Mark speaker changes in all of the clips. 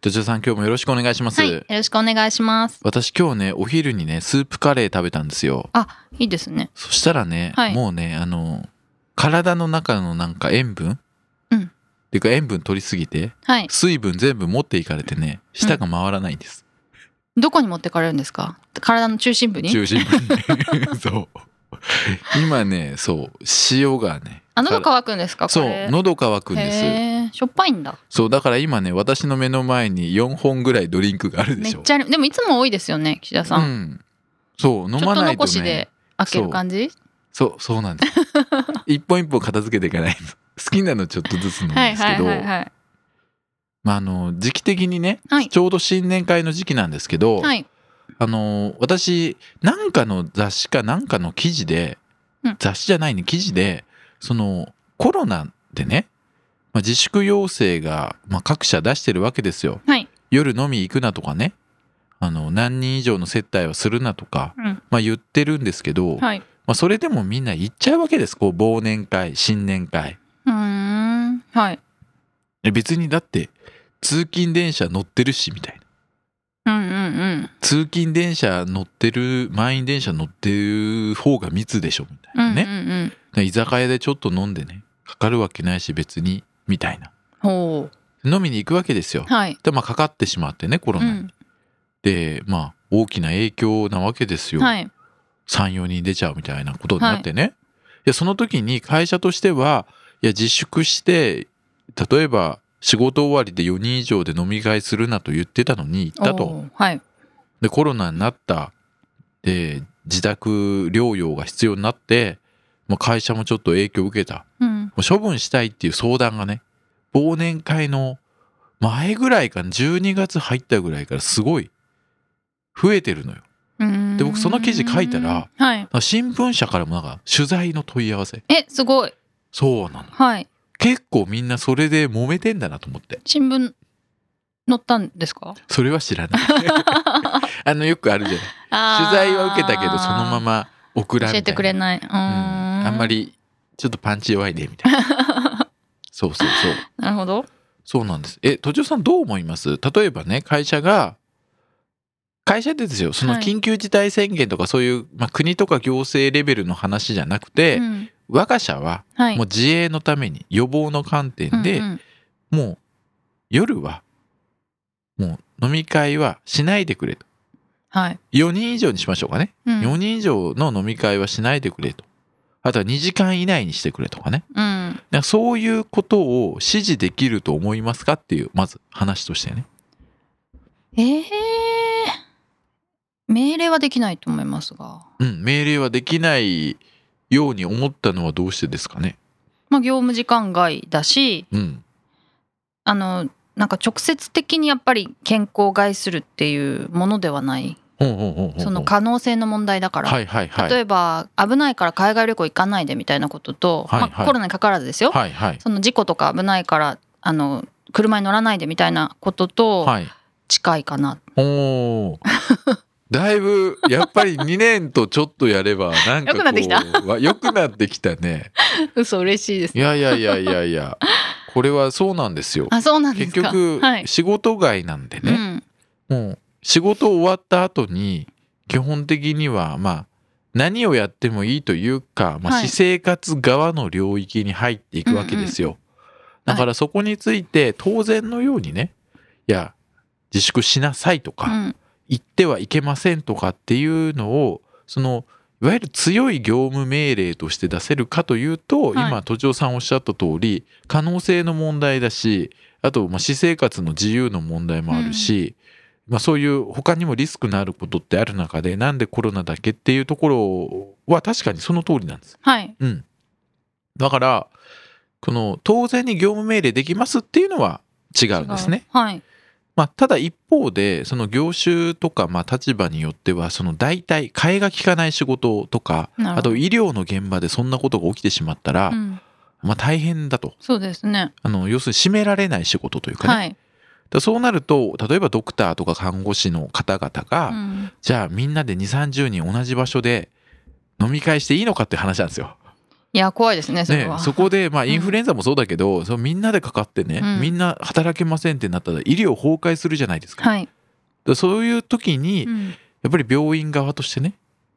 Speaker 1: 土壌さん今日もよろしくお願いします、
Speaker 2: はいよろしくお願いします
Speaker 1: 私今日ねお昼にねスープカレー食べたんですよ
Speaker 2: あいいですね
Speaker 1: そしたらね、
Speaker 2: はい
Speaker 1: もうねあの体の中のなんか塩分、
Speaker 2: うん
Speaker 1: っていうか塩分取りすぎて
Speaker 2: はい
Speaker 1: 水分全部持っていかれてね舌が回らないんです、
Speaker 2: どこに持ってかれるんですか体の中心部に
Speaker 1: 中心部に そう今ねそう塩がね
Speaker 2: あ喉乾くんですかこ
Speaker 1: そ
Speaker 2: れ
Speaker 1: う喉乾くんです
Speaker 2: へーしょっぱいんだ
Speaker 1: そうだから今ね私の目の前に4本ぐらいドリンクがあるで
Speaker 2: め
Speaker 1: しょ
Speaker 2: っちゃありでもいつも多いですよね岸田さ、
Speaker 1: うんん、そう飲
Speaker 2: ちょ
Speaker 1: ま
Speaker 2: っと
Speaker 1: ないと
Speaker 2: 残し
Speaker 1: ね
Speaker 2: で開ける感じ
Speaker 1: そうそうなんです 一本一本片付けていかないと好きなのちょっとずつ飲むん
Speaker 2: はい
Speaker 1: です
Speaker 2: は
Speaker 1: け
Speaker 2: い
Speaker 1: ど
Speaker 2: はいはい
Speaker 1: まああの時期的にね、
Speaker 2: はい
Speaker 1: ちょうど新年会の時期なんですけど、
Speaker 2: はい
Speaker 1: あの私なんかの雑誌かなんかの記事で、
Speaker 2: うん
Speaker 1: 雑誌じゃないね記事でそのコロナでね、まあ、自粛要請が、まあ、各社出してるわけですよ
Speaker 2: はい
Speaker 1: 夜飲み行くなとかねあの何人以上の接待はするなとか、
Speaker 2: うん
Speaker 1: まあ、言ってるんですけど、
Speaker 2: はい
Speaker 1: まあ、それでもみんな行っちゃうわけですこう忘年会新年会
Speaker 2: うーんはい
Speaker 1: え別にだって通勤電車乗ってるしみたいな
Speaker 2: うんうんうん
Speaker 1: 通勤電車乗ってる満員電車乗ってる方が密でしょみたい
Speaker 2: うんう
Speaker 1: なんね、
Speaker 2: うん
Speaker 1: 居酒屋でちょっと飲んでねかかるわけないし別にみたいな
Speaker 2: ほ
Speaker 1: 飲みに行くわけですよ
Speaker 2: うはい
Speaker 1: でまあかかってしまってねコロ
Speaker 2: う
Speaker 1: ナに、
Speaker 2: ん
Speaker 1: でまあ大きな影響なわけですよ、
Speaker 2: はい
Speaker 1: 34人出ちゃうみたいなことになってね、い、やその時に会社としてはいや自粛して例えば仕事終わりで4人以上で飲み会するなと言ってたのに行った
Speaker 2: お
Speaker 1: と
Speaker 2: ーはい
Speaker 1: でコロナになったで自宅療養が必要になって、まあ、会社もちょっと影響を受けた
Speaker 2: うん
Speaker 1: もう処分したいっていう相談がね忘年会の前ぐらいかな12月入ったぐらいからすごい増えてるのよ。
Speaker 2: うーん
Speaker 1: で僕その記事書いたら
Speaker 2: はい
Speaker 1: 新聞社からもなんか取材の問い合わせ
Speaker 2: えすごい
Speaker 1: そうなの
Speaker 2: はい
Speaker 1: 結構みんなそれで揉めてんだなと思って
Speaker 2: 新聞載ったんですか
Speaker 1: それは知ら ないあのよくあるじゃない取材は受けたけどそのまま送ら
Speaker 2: 教
Speaker 1: んみたいな
Speaker 2: えてくれないうん
Speaker 1: うんあ
Speaker 2: あ
Speaker 1: んまりちょっとパンチ弱いねみたいな そうそうそう
Speaker 2: なるほど
Speaker 1: そうなんですえ途中さんどう思います例えばね会社が会社でですよその
Speaker 2: はい
Speaker 1: 緊急事態宣言とかそういう、まあ、国とか行政レベルの話じゃなくて、
Speaker 2: うん
Speaker 1: 我が社は
Speaker 2: はい
Speaker 1: もう自衛のために予防の観点で、
Speaker 2: うんうん
Speaker 1: もう夜はもう飲み会はしないでくれと
Speaker 2: はい
Speaker 1: 4人以上にしましょうかね、
Speaker 2: うん
Speaker 1: 4人以上の飲み会はしないでくれとあとは2時間以内にしてくれとかね
Speaker 2: うん
Speaker 1: なんかそういうことを指示できると思いますかっていうまず話としてね
Speaker 2: ええ命令はできないと思いますが、
Speaker 1: うん命令はできないように思ったのはどうしてですかね
Speaker 2: まあ、業務時間外だし
Speaker 1: うん
Speaker 2: あのなんか直接的にやっぱり健康を害するっていうものではない
Speaker 1: ほうほうほうほうほう
Speaker 2: その可能性の問題だから、
Speaker 1: はいはいはい
Speaker 2: 例えば危ないから海外旅行行かないでみたいなことと、
Speaker 1: はい
Speaker 2: ま
Speaker 1: は
Speaker 2: あ、
Speaker 1: い
Speaker 2: コロナにかからずですよ、
Speaker 1: はいはい
Speaker 2: その事故とか危ないからあの車に乗らないでみたいなことと
Speaker 1: はい
Speaker 2: 近いかな、
Speaker 1: おーだいぶやっぱり2年とちょっとやればなんかこ
Speaker 2: 良く
Speaker 1: う
Speaker 2: なってきた
Speaker 1: わ良くなってきたね
Speaker 2: 嘘嬉しいです
Speaker 1: いやいやいやいやいやこれはそうなんですよ
Speaker 2: あそうなんです
Speaker 1: 結
Speaker 2: か
Speaker 1: 局、
Speaker 2: はい、
Speaker 1: 仕事外なんで
Speaker 2: う
Speaker 1: ね、
Speaker 2: ん
Speaker 1: もう仕事終わった後に基本的にはまあ何をやってもいいというか、まあ、
Speaker 2: はい
Speaker 1: 私生活側の領域に入っていくわけですよ、だからそこについて当然のようにねいや自粛しなさいとか、
Speaker 2: うん
Speaker 1: 行ってはいけませんとかっていうのをそのいわゆる強い業務命令として出せるかというと、
Speaker 2: はい
Speaker 1: 今都庁さんおっしゃった通り可能性の問題だしあとまあ私生活の自由の問題もあるし、まあ、そういう他にもリスクのあることってある中でなんでコロナだけっていうところは確かにその通りなんです。
Speaker 2: はい
Speaker 1: うん、だからこの当然に業務命令できますっていうのは違うんですね。
Speaker 2: はい
Speaker 1: まあ、ただ一方でその業種とかまあ立場によってはその大体替えが利かない仕事とか
Speaker 3: なる
Speaker 1: あ
Speaker 3: ほど
Speaker 1: と医療の現場でそんなことが起きてしまったら、
Speaker 3: うん、
Speaker 1: まあ、大変だと
Speaker 3: そうですね。
Speaker 1: あの要するに締められない仕事というかね、
Speaker 3: はい。
Speaker 1: だそうなると例えばドクターとか看護師の方々が、
Speaker 3: うん
Speaker 1: じゃあみんなで2 3 0人同じ場所で飲み会していいのかって話なんですよ。
Speaker 3: いや怖いですね。それ
Speaker 1: ね
Speaker 3: は。、
Speaker 1: そこでまあ
Speaker 3: うん
Speaker 1: インフルエンザもそうだけど、そのみんなでかかってね、
Speaker 3: うん
Speaker 1: みんな働けませんってなったら医療崩壊するじゃないですか。
Speaker 3: はい。
Speaker 1: だそういう時に、
Speaker 3: うん
Speaker 1: やっぱり病院側としてね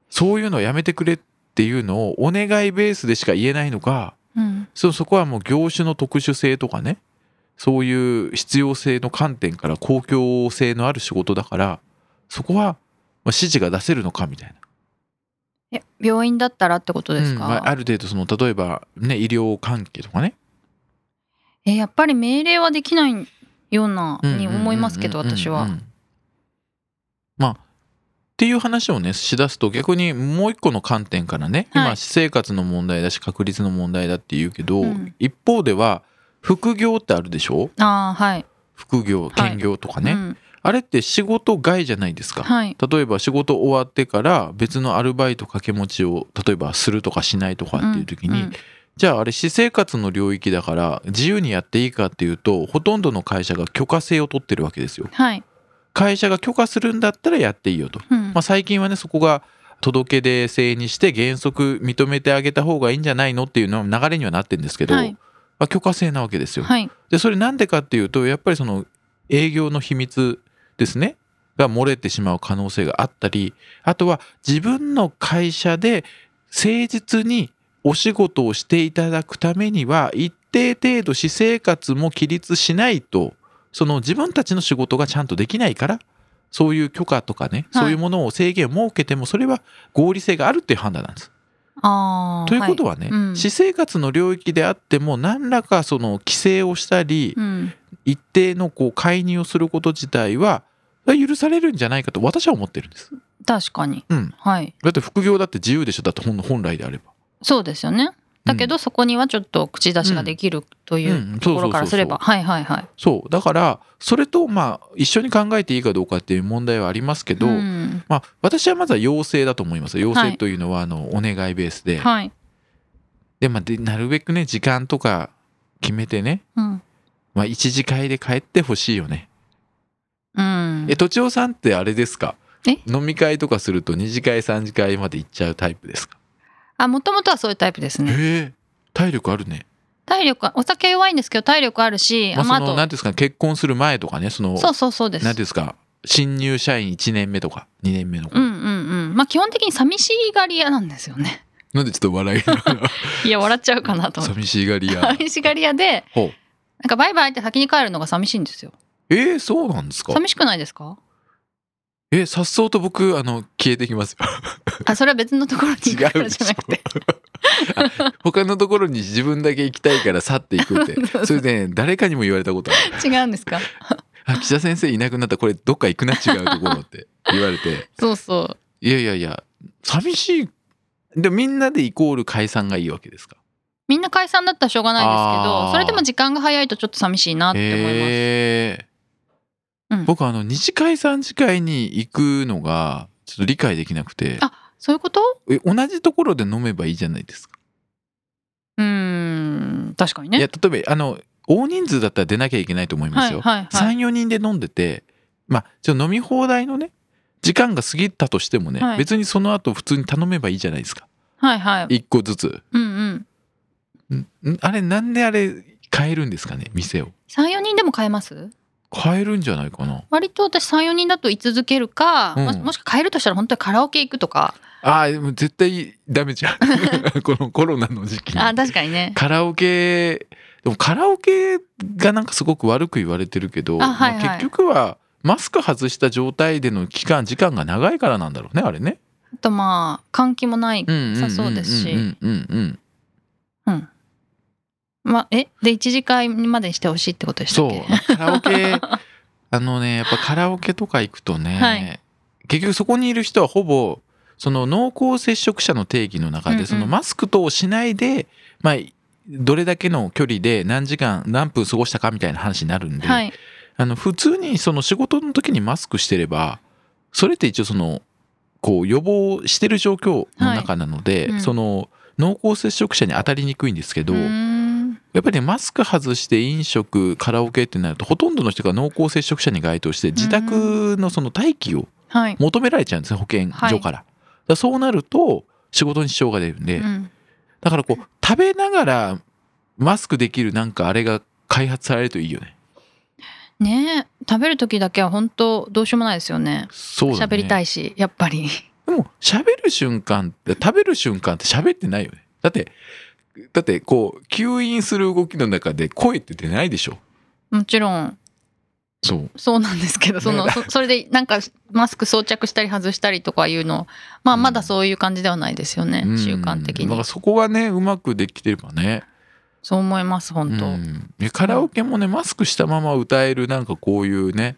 Speaker 1: そういうのをやめてくれっていうのをお願いベースでしか言えないのか
Speaker 3: うん
Speaker 1: そそこはもう業種の特殊性とかねそういう必要性の観点から公共性のある仕事だからそこはまあ指示が出せるのかみたいな。
Speaker 3: え病院だったらってことです
Speaker 1: うんま
Speaker 3: か、
Speaker 1: あ、ある程度その例えば、ね、医療関係とかね
Speaker 3: えやっぱり命令はできないようなに思いますけど
Speaker 1: うんうんうんうん
Speaker 3: 私
Speaker 1: う
Speaker 3: は。
Speaker 1: んまあっていう話をねしだすと逆にもう一個の観点からね、
Speaker 3: はい
Speaker 1: 今私生活の問題だし確率の問題だって言うけど、
Speaker 3: うん
Speaker 1: 一方では副業ってあるでしょ
Speaker 3: ああはい。
Speaker 1: 副業
Speaker 3: はい
Speaker 1: 兼業とかね、
Speaker 3: うん
Speaker 1: あれって仕事外じゃないですか、
Speaker 3: はい。
Speaker 1: 例えば仕事終わってから別のアルバイト掛け持ちを例えばするとかしないとかっていう時に、
Speaker 3: うん
Speaker 1: じゃああれ私生活の領域だから自由にやっていいかっていうとほとんどの会社が許可制を取ってるわけですよ。
Speaker 3: はい。
Speaker 1: 会社が許可するんだったらやっていいよと。
Speaker 3: うん
Speaker 1: まあ、最近はねそこが届け出制にして原則認めてあげた方がいいんじゃないのっていうの流れにはなってるんですけど、
Speaker 3: はい
Speaker 1: まあ、許可制なわけですよ。
Speaker 3: はい。
Speaker 1: でそれなんでかっていうとやっぱりその営業の秘密ですねが漏れてしまう可能性があったりあとは自分の会社で誠実にお仕事をしていただくためには一定程度私生活も規律しないとその自分たちの仕事がちゃんとできないからそういう許可とかね、
Speaker 3: はい
Speaker 1: そういうものを制限を設けてもそれは合理性があるっていう判断なんです。
Speaker 3: ああ。
Speaker 1: ということ
Speaker 3: は
Speaker 1: はね、
Speaker 3: うん
Speaker 1: 私生活の領域であっても何らかその規制をしたり、
Speaker 3: い。うん
Speaker 1: 一定のこう介入をすること自体は許されるんじゃないかと私は思ってるんです。
Speaker 3: 確かに。
Speaker 1: うん、
Speaker 3: はい。
Speaker 1: だって副業だって自由でしょだって本本来であれば。
Speaker 3: そうですよね。だけどそこにはちょっと口出しができるとい
Speaker 1: ん
Speaker 3: うところからすれば、
Speaker 1: そう
Speaker 3: はいはいはい。
Speaker 1: そうそうそうだからそれとまあ一緒に考えていいかどうかっていう問題はありますけど、
Speaker 3: うん
Speaker 1: まあ、私はまずは要請だと思います要
Speaker 3: は
Speaker 1: 請
Speaker 3: い
Speaker 1: というのはあのお願いベースで,、
Speaker 3: はい。
Speaker 1: でまあ、でなるべくね時間とか決めてね、
Speaker 3: うん。
Speaker 1: まあ、一時会で帰ってほしいよね。
Speaker 3: うん
Speaker 1: えとちおさんってあれですか
Speaker 3: え
Speaker 1: 飲み会とかすると二次会三次会まで行っちゃうタイプですか
Speaker 3: あ、もともとはそういうタイプですね。
Speaker 1: へえ体力あるね。
Speaker 3: 体力は、お酒弱いんですけど、体力あるし、
Speaker 1: まあ、
Speaker 3: まあ、
Speaker 1: その
Speaker 3: あ
Speaker 1: なんていうんですか結婚する前とかねその
Speaker 3: と。そうそうそうで
Speaker 1: なんてい
Speaker 3: す
Speaker 1: うん。ですか新入社員1年目とか2年目の子、
Speaker 3: うんうんうん。まあ、基本的に寂しいがり屋なんですよね。
Speaker 1: なんでちょっと笑いなが ら
Speaker 3: いや、笑っちゃうかなと思って。
Speaker 1: 寂しがり 屋
Speaker 3: 寂しがり屋で、
Speaker 1: ほう
Speaker 3: なんかバイバイって先に帰るのが寂しいんですよ。
Speaker 1: えー、そうなんですか
Speaker 3: 寂しくないです か。
Speaker 1: えー、さっそうと僕あの消えてきますよ
Speaker 3: あ、それは別のところに行くからじゃなくて。
Speaker 1: 他のところに自分だけ行きたいから去っていく ってそれで、ね、誰かにも言われたことある
Speaker 3: 違うんですか。
Speaker 1: あ岸田先生いなくなったこれどっか行くな違うところって言われて
Speaker 3: そうそう。
Speaker 1: いやいやいや寂しいでみんなでイコール解散がいいわけですか
Speaker 3: みんな解散だったらしょうがないですけ
Speaker 1: あー
Speaker 3: どそれでも時間が早いとちょっと寂しいなって思います、
Speaker 1: えー
Speaker 3: うん
Speaker 1: 僕あの二次会三次会に行くのがちょっと理解できなくて
Speaker 3: あそういうこと
Speaker 1: え同じところで飲めばいいじゃないですか。
Speaker 3: うーん確かに
Speaker 1: い
Speaker 3: ね
Speaker 1: や例えばあの大人数だったら出なきゃいけないと思いま
Speaker 3: は
Speaker 1: す
Speaker 3: い
Speaker 1: よ。
Speaker 3: はいはい
Speaker 1: 三四34人で飲んでてまあちょっと飲み放題のね時間が過ぎたとしてもね、
Speaker 3: はい
Speaker 1: 別にその後普通に頼めばいいじゃないですか
Speaker 3: はいはい
Speaker 1: 一個ずつ。
Speaker 3: うんうん
Speaker 1: んんあれなんであれ変えるんですかね店を。
Speaker 3: 34人でも変えます
Speaker 1: 変えるんじゃないかな。
Speaker 3: 割と私34人だと居続けるか、
Speaker 1: うん
Speaker 3: もしもしくは変えるとしたら本当にカラオケ行くとか、
Speaker 1: ああでも絶対ダメじゃ んこのコロナの時期に。
Speaker 3: あ確かにね
Speaker 1: カラオケでもカラオケがなんかすごく悪く言われてるけど、
Speaker 3: あはいはい
Speaker 1: まあ結局はマスク外した状態での期間時間が長いからなんだろうねあれね。
Speaker 3: あとまあ換気もない、
Speaker 1: ん
Speaker 3: さそうですし
Speaker 1: うんうんうんうん
Speaker 3: まえで1次会までしてほしいってことでした
Speaker 1: そ
Speaker 3: っ
Speaker 1: う
Speaker 3: け
Speaker 1: カラオケ あのねやっぱカラオケとか行くとね、
Speaker 3: はい
Speaker 1: 結局そこにいる人はほぼその濃厚接触者の定義の中
Speaker 3: うんう
Speaker 1: で
Speaker 3: ん
Speaker 1: そのマスク等をしないで、まあどれだけの距離で何時間何分過ごしたかみたいな話になるんで、
Speaker 3: はい
Speaker 1: あの普通にその仕事の時にマスクしてればそれって一応そのこう予防してる状況の中なので、
Speaker 3: はいうん
Speaker 1: その濃厚接触者に当たりにくいんですけど、
Speaker 3: う
Speaker 1: や
Speaker 3: ーん
Speaker 1: っぱりねマスク外して飲食カラオケってなるとほとんどの人が濃厚接触者に該当して自宅のその待機を
Speaker 3: はい。
Speaker 1: 求められちゃうんですね保健所から。だからそうなると仕事に支障が出るんで、
Speaker 3: うん
Speaker 1: だからこう食べながらマスクできるなんかあれが開発されるといいよね。
Speaker 3: ねえ食べる時だけは本当どうしようもないですよね。
Speaker 1: そうだね
Speaker 3: 喋、りたいしやっぱり。
Speaker 1: でも喋る瞬間って食べる瞬間って喋ってないよね。だってだってこう吸引する動きの中で声って出ないでしょ。
Speaker 3: もちろん
Speaker 1: そう。
Speaker 3: そうなんですけどその
Speaker 1: ね
Speaker 3: そそれでなんかマスク装着したり外したりとかいうのまあまだそういう感じではないですよね、
Speaker 1: うん
Speaker 3: 習慣的
Speaker 1: だから
Speaker 3: に
Speaker 1: そこがねうまくできてればね。
Speaker 3: そう思います本当、
Speaker 1: う
Speaker 3: うん
Speaker 1: んでカラオケもねマスクしたまま歌えるなんかこういうね、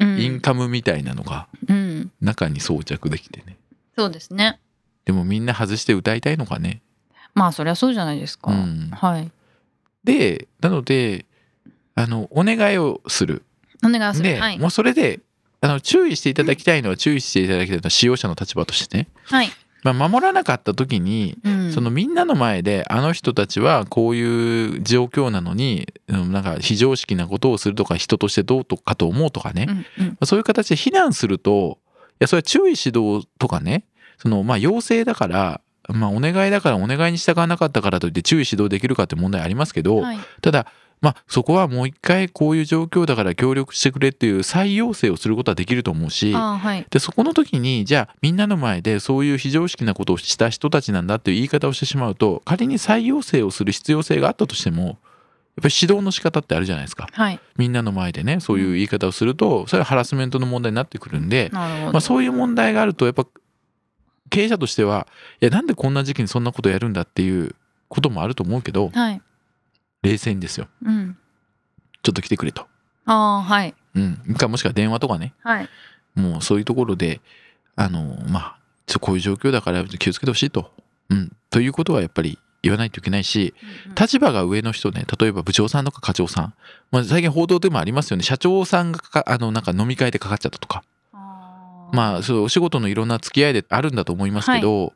Speaker 1: インカムみたいなのが
Speaker 3: うん
Speaker 1: 中に装着できてね。
Speaker 3: そうですね
Speaker 1: でもみんな外して歌いたいのかね。
Speaker 3: まあそりゃそうじゃないですか、
Speaker 1: うん
Speaker 3: はい
Speaker 1: でなのであのお願いをする
Speaker 3: お願いす
Speaker 1: で、
Speaker 3: るはい
Speaker 1: もうそれであの注意していただきたいのは注意していただきたいのは使用者の立場としてね、
Speaker 3: はい、
Speaker 1: まあ、守らなかった時に
Speaker 3: うん、
Speaker 1: そのみんなの前であの人たちはこういう状況なのにうんなんか非常識なことをするとか人としてどうとかと思うとかね、
Speaker 3: う
Speaker 1: ま
Speaker 3: んうん
Speaker 1: あそういう形で非難するといやそれは注意指導とかねそのまあ要請だから、まあ、お願いだからお願いに従わなかったからといって注意指導できるかって問題ありますけど、
Speaker 3: はい
Speaker 1: ただまあそこはもう一回こういう状況だから協力してくれっていう再要請をすることはできると思うし
Speaker 3: あーはい
Speaker 1: でそこの時にじゃあみんなの前でそういう非常識なことをした人たちなんだっていう言い方をしてしまうと仮に再要請をする必要性があったとしてもやっぱり指導の仕方ってあるじゃないですか
Speaker 3: はい
Speaker 1: みんなの前でねそういう言い方をするとそれはハラスメントの問題になってくるんで、
Speaker 3: なるほど、
Speaker 1: まあ、そういう問題があるとやっぱ経営者としてはいやなんでこんな時期にそんなことやるんだっていうこともあると思うけど
Speaker 3: はい
Speaker 1: 冷静にですよ
Speaker 3: うん
Speaker 1: ちょっと来てくれと。
Speaker 3: ああーはい
Speaker 1: うん、かもしくは電話とかね
Speaker 3: はい
Speaker 1: もうそういうところであのまあちょこういう状況だから気をつけてほしいと、うん、ということはやっぱり言わないといけないし
Speaker 3: うんうん
Speaker 1: 立場が上の人ね例えば部長さんとか課長さん、まあ、最近報道でもありますよね社長さんがかあのなんか飲み会でかかっちゃったとか
Speaker 3: あー
Speaker 1: まあそうお仕事のいろんな付き合いであるんだと思いますけど、やっ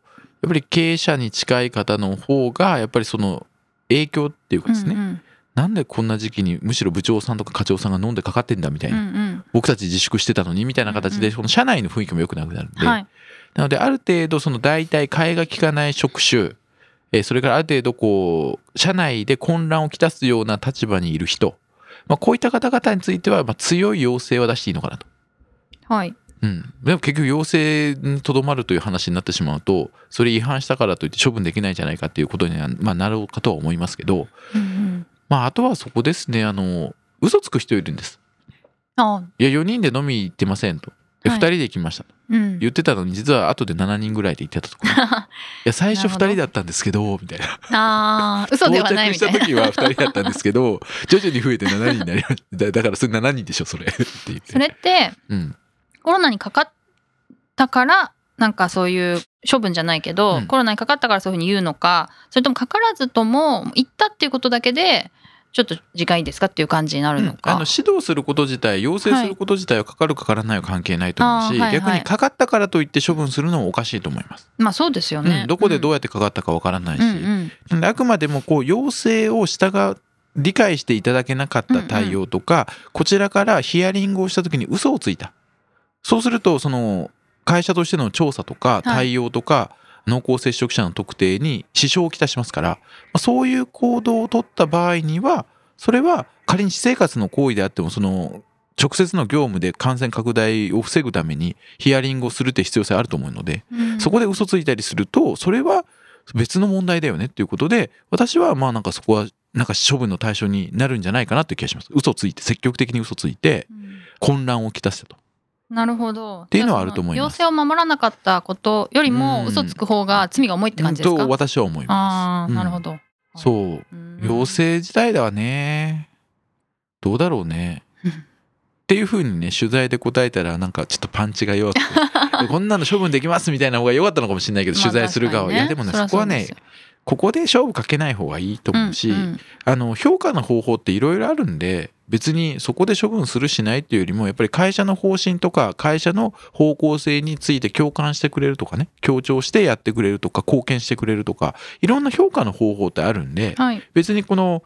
Speaker 1: ぱり経営者に近い方の方がやっぱりその影響っていうかですね、
Speaker 3: うんうん
Speaker 1: なんでこんな時期にむしろ部長さんとか課長さんが飲んでかかってんだみたいな
Speaker 3: う。ん
Speaker 1: 僕たち自粛してたのにみたいな形
Speaker 3: うんう
Speaker 1: で
Speaker 3: ん
Speaker 1: その社内の雰囲気も良くなくなるん
Speaker 3: う
Speaker 1: で、
Speaker 3: ん、はい、
Speaker 1: なのである程度その大体替えが利かない職種、えーそれからある程度こう社内で混乱をきたすような立場にいる人、まあ、こういった方々についてはまあ強い要請は出していいのかなと。
Speaker 3: はい、
Speaker 1: うん、でも結局要請にとどまるという話になってしまうとそれ違反したからといって処分できないんじゃないかっていうことには、まあ、なろうかとは思いますけど、
Speaker 3: うんうん、
Speaker 1: まあ、あとはそこですねあの嘘つく人いるんです。
Speaker 3: あー
Speaker 1: いや4人で飲み行ってませんと。で2
Speaker 3: はい
Speaker 1: 人で行きました
Speaker 3: うん
Speaker 1: 言ってたのに実は後で7人ぐらいで行ってたところいや最初
Speaker 3: な
Speaker 1: 2
Speaker 3: るほど
Speaker 1: 人だったんですけどみたいな
Speaker 3: ああ、嘘ではない
Speaker 1: 到着した
Speaker 3: みい
Speaker 1: た
Speaker 3: な。
Speaker 1: 時は2人だったんですけど 徐々に増えて7人になりましただだからそれ7人でしょそれって言って
Speaker 3: それって
Speaker 1: うん
Speaker 3: コロナにかかったからなんかそういう処分じゃないけど、
Speaker 1: うん
Speaker 3: コロナにかかったからそういうふうに言うのかそれともかからずとも行ったっていうことだけでちょっと時間いいですかっていう感じにな
Speaker 1: う
Speaker 3: るの
Speaker 1: んあ
Speaker 3: か、
Speaker 1: の指導すること自体要請すること自体はかかるかからないは関係ないと思うし、
Speaker 3: あーはいはい
Speaker 1: 逆にかかったからといって処分するのもおかしいと思います、
Speaker 3: まあそうですよね、
Speaker 1: うん、どこでどう
Speaker 3: や
Speaker 1: やってかかったかわからないし、
Speaker 3: うんうん
Speaker 1: なんであくまでもこう要請を従う理解していただけなかった対応とか、こちらからヒアリングをした時に嘘をついたそうするとその会社としての調査とか対応とか、濃厚接触者の特定に支障をきたしますから、まあそういう行動を取った場合にはそれは仮に私生活の行為であってもその直接の業務で感染拡大を防ぐためにヒアリングをするって必要性あると思うので、
Speaker 3: うん
Speaker 1: そこで嘘ついたりするとそれは別の問題だよねっていうことで私はまあなんかそこはなんか処分の対象になるんじゃないかなっていう気がします嘘ついて積極的に嘘ついて
Speaker 3: うん
Speaker 1: 混乱をきたしたと
Speaker 3: なるほどって
Speaker 1: いうのはあると思います
Speaker 3: 要請を守らなかったことより
Speaker 1: う
Speaker 3: も
Speaker 1: ん
Speaker 3: 嘘つく方が罪が重いって感じですか、
Speaker 1: と私は思いま
Speaker 3: あ
Speaker 1: す
Speaker 3: あ
Speaker 1: うん
Speaker 3: なるほど、
Speaker 1: そう
Speaker 3: うん
Speaker 1: 要請自体ではねどうだろうねっていうふうにね取材で答えたらなんかちょっとパンチが弱 くてこんなの処分できますみたいな方が良かったのかもしれないけど
Speaker 3: まあ
Speaker 1: 取材する側は、
Speaker 3: 確
Speaker 1: いや
Speaker 3: かに
Speaker 1: でもね
Speaker 3: りゃ
Speaker 1: そこは
Speaker 3: うで
Speaker 1: ね
Speaker 3: すよ
Speaker 1: ここで勝負かけない方がいいと思うし、
Speaker 3: うんうん
Speaker 1: あの評価の方法っていろいろあるんで別にそこで処分するしないっていうよりもやっぱり会社の方針とか会社の方向性について共感してくれるとかね協調してやってくれるとか貢献してくれるとかいろんな評価の方法ってあるんで
Speaker 3: はい。
Speaker 1: 別にこの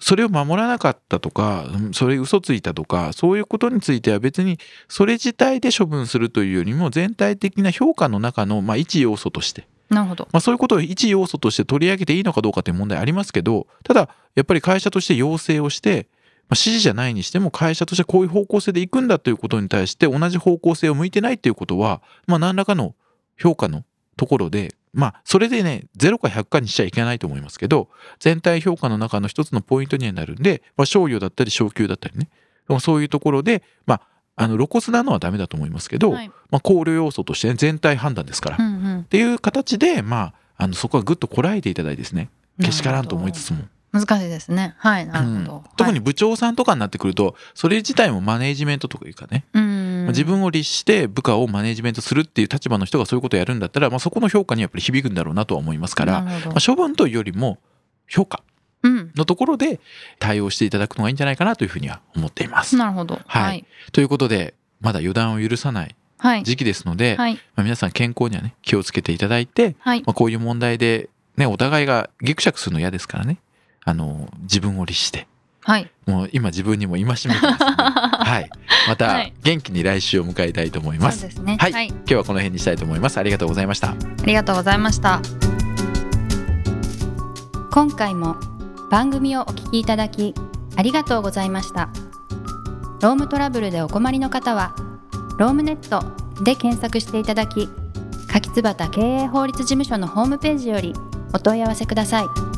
Speaker 1: それを守らなかったとかうんそれ嘘ついたとかそういうことについては別にそれ自体で処分するというよりも全体的な評価の中のまあ一要素として
Speaker 3: なるほど。
Speaker 1: まあ、そういうことを一要素として取り上げていいのかどうかという問題ありますけどただやっぱり会社として要請をして、まあ、指示じゃないにしても会社としてこういう方向性で行くんだということに対して同じ方向性を向いてないということは、まあ、何らかの評価のところでまあそれでね0か100かにしちゃいけないと思いますけど全体評価の中の一つのポイントにはなるんで、まあ、賞与だったり昇給だったりねまあそういうところでまああの露骨なのはダメだと思いますけど、
Speaker 3: はい。
Speaker 1: まあ、考慮要素としてね、全体判断ですから
Speaker 3: う、んうん
Speaker 1: っ。ていう形で、まあ、あのそこはぐっとこらえていただいてですねけしからんと思いつつも、
Speaker 3: 難しいですね。はい。なるほ
Speaker 1: う
Speaker 3: ど
Speaker 1: ん。特に
Speaker 3: はい
Speaker 1: 部長さんとかになってくるとそれ自体もマネージメントとかいうかね、
Speaker 3: うん。
Speaker 1: 自分を律して部下をマネージメントするっていう立場の人がそういうことをやるんだったら、まあ、そこの評価にやっぱり響くんだろうなとは思いますから、ま
Speaker 3: なるほど
Speaker 1: あ、処分というよりも評価
Speaker 3: うん。
Speaker 1: のところで対応していただくのがいいんじゃないかなというふうには思っています。
Speaker 3: なるほど。
Speaker 1: は
Speaker 3: はいい。
Speaker 1: ということでまだ予断を許さない
Speaker 3: はい。
Speaker 1: 時期ですので、
Speaker 3: はい。
Speaker 1: まあ、皆さん健康にはね気をつけていただいて
Speaker 3: はい。
Speaker 1: まあ、こういう問題で、ね、お互いがギクシャクするの嫌ですからね。あの、自分を律して。
Speaker 3: はい。
Speaker 1: もう今自分にも戒めてますので、 はい。ま
Speaker 3: は
Speaker 1: た
Speaker 3: い
Speaker 1: 元気に来週を迎えたいと思いま
Speaker 3: そう
Speaker 1: す。
Speaker 3: ですね。
Speaker 1: はい
Speaker 3: はい。
Speaker 1: 今日はこの辺にしたいと思います。ありがとうございました。
Speaker 3: ありがとうございました。
Speaker 2: 今回も番組をお聞きいただきありがとうございましたロームトラブルでお困りの方はロームネットで検索していただき柿椿経営法律事務所のホームページよりお問い合わせください